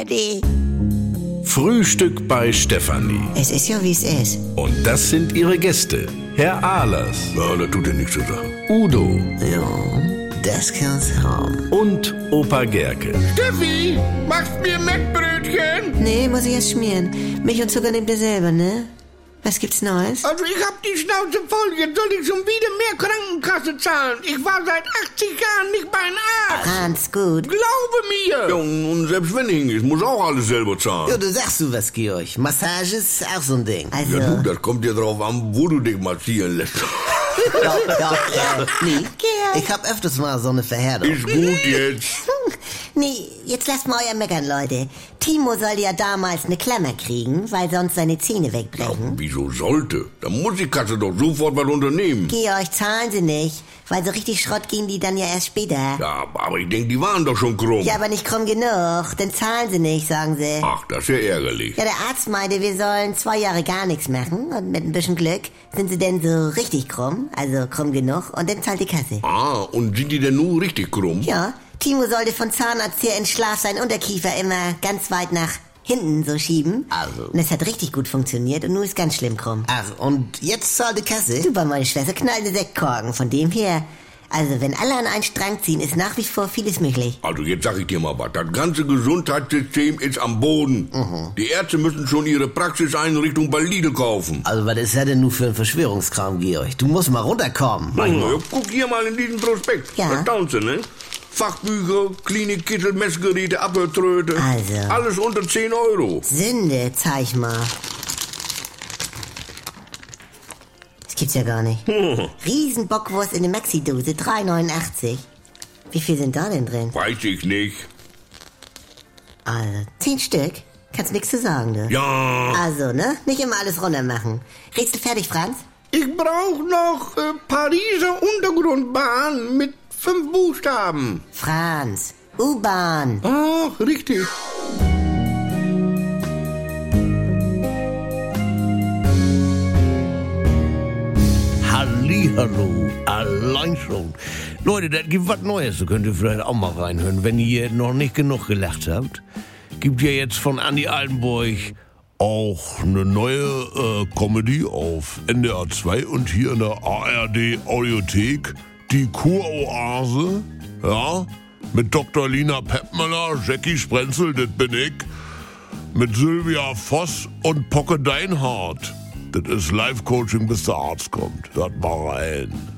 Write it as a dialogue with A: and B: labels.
A: Eddie.
B: Frühstück bei Stefanie.
A: Es ist ja, wie es ist.
B: Und das sind ihre Gäste. Herr Ahlers. Ja, das tut dir nichts zu sagen. Udo
A: Ja, das kann's haben.
B: und Opa Gerke.
C: Steffi, machst mir Mettbrötchen?
A: Nee, muss ich erst schmieren. Milch und Zucker nehmt ihr selber, ne? Was gibt's Neues?
C: Also ich hab die Schnauze voll, jetzt soll ich schon wieder mehr Krankenkasse zahlen. Ich war seit 80 Jahren nicht bei einem Arzt.
A: Ganz gut.
C: Glaube mir.
D: und selbst wenn ich hingehe, muss auch alles selber
E: Ja,
D: zahlen.
E: du sagst du was, Georg. Massage ist auch so ein Ding.
A: Also,
D: Ja, du, das kommt ja drauf an, wo du dich massieren lässt.
E: Doch, doch, äh, nee.
A: Georg.
E: Ich hab öfters mal so eine Verhärtung.
D: Ist gut jetzt.
A: nee, jetzt lasst mal euer Meckern, Leute. Timo soll ja damals eine Klammer kriegen, weil sonst seine Zähne wegbrechen.
D: Wieso sollte? Da muss die Kasse doch sofort was unternehmen.
A: Georg, zahlen sie nicht, weil so richtig Schrott gingen die dann ja erst später.
D: Ja, aber ich denke, die waren doch schon krumm.
A: Ja, aber nicht krumm genug, dann zahlen sie nicht, sagen sie.
D: Ach, das ist ja ärgerlich.
A: Ja, der Arzt meinte, wir sollen zwei Jahre gar nichts machen und mit ein bisschen Glück sind sie denn so richtig krumm, also krumm genug und dann zahlt die Kasse.
D: Ah, und sind die denn nun richtig krumm?
A: Ja, Timo sollte von Zahnarzt her in Schlaf sein Unterkiefer immer ganz weit nach hinten so schieben.
E: Also.
A: Und das hat richtig gut funktioniert und nun ist ganz schlimm krumm.
E: Ach, und jetzt zahlt die Kasse?
A: Super, meine Schwester knallte Sektkorken, von dem her. Also, wenn alle an einen Strang ziehen, ist nach wie vor vieles möglich.
D: Also jetzt sag ich dir mal was, das ganze Gesundheitssystem ist am Boden.
C: Mhm.
D: Die Ärzte müssen schon ihre Praxiseinrichtung bei Lidl kaufen.
E: Also, was ist das denn nun für ein Verschwörungskram, Georg? Du musst mal runterkommen.
D: Ja, guck hier mal in diesen Prospekt.
A: Ja.
D: Da stand sie, ne? Fachbücher, Klinikkittel, Messgeräte, Abhörtröte.
A: Also.
D: Alles unter 10 Euro.
A: Sünde, zeig mal. Das gibt's ja gar nicht. Riesenbockwurst in der Maxi-Dose, 3,89. Wie viel sind da denn drin?
D: Weiß ich nicht.
A: Also, zehn Stück. Kannst nix zu sagen, du.
D: Ja.
A: Also, ne? Nicht immer alles runter machen. Redst du fertig, Franz?
C: Ich brauch noch äh, Pariser Untergrundbahn mit fünf Buchstaben.
A: Franz, U-Bahn.
C: Ach, richtig.
F: Hallihallo, allein schon. Leute, das gibt was Neues, da könnt ihr vielleicht auch mal reinhören. Wenn ihr noch nicht genug gelacht habt, gibt ja jetzt von Andy Altenburg auch eine neue äh, Comedy auf NDR 2 und hier in der ARD Audiothek. Die Kuroase, ja, mit Dr. Lina Peppmüller, Jackie Sprenzel, das bin ich mit Sylvia Voss und Pocke Deinhardt. Das ist Live-Coaching, bis der Arzt kommt. Hört mal rein.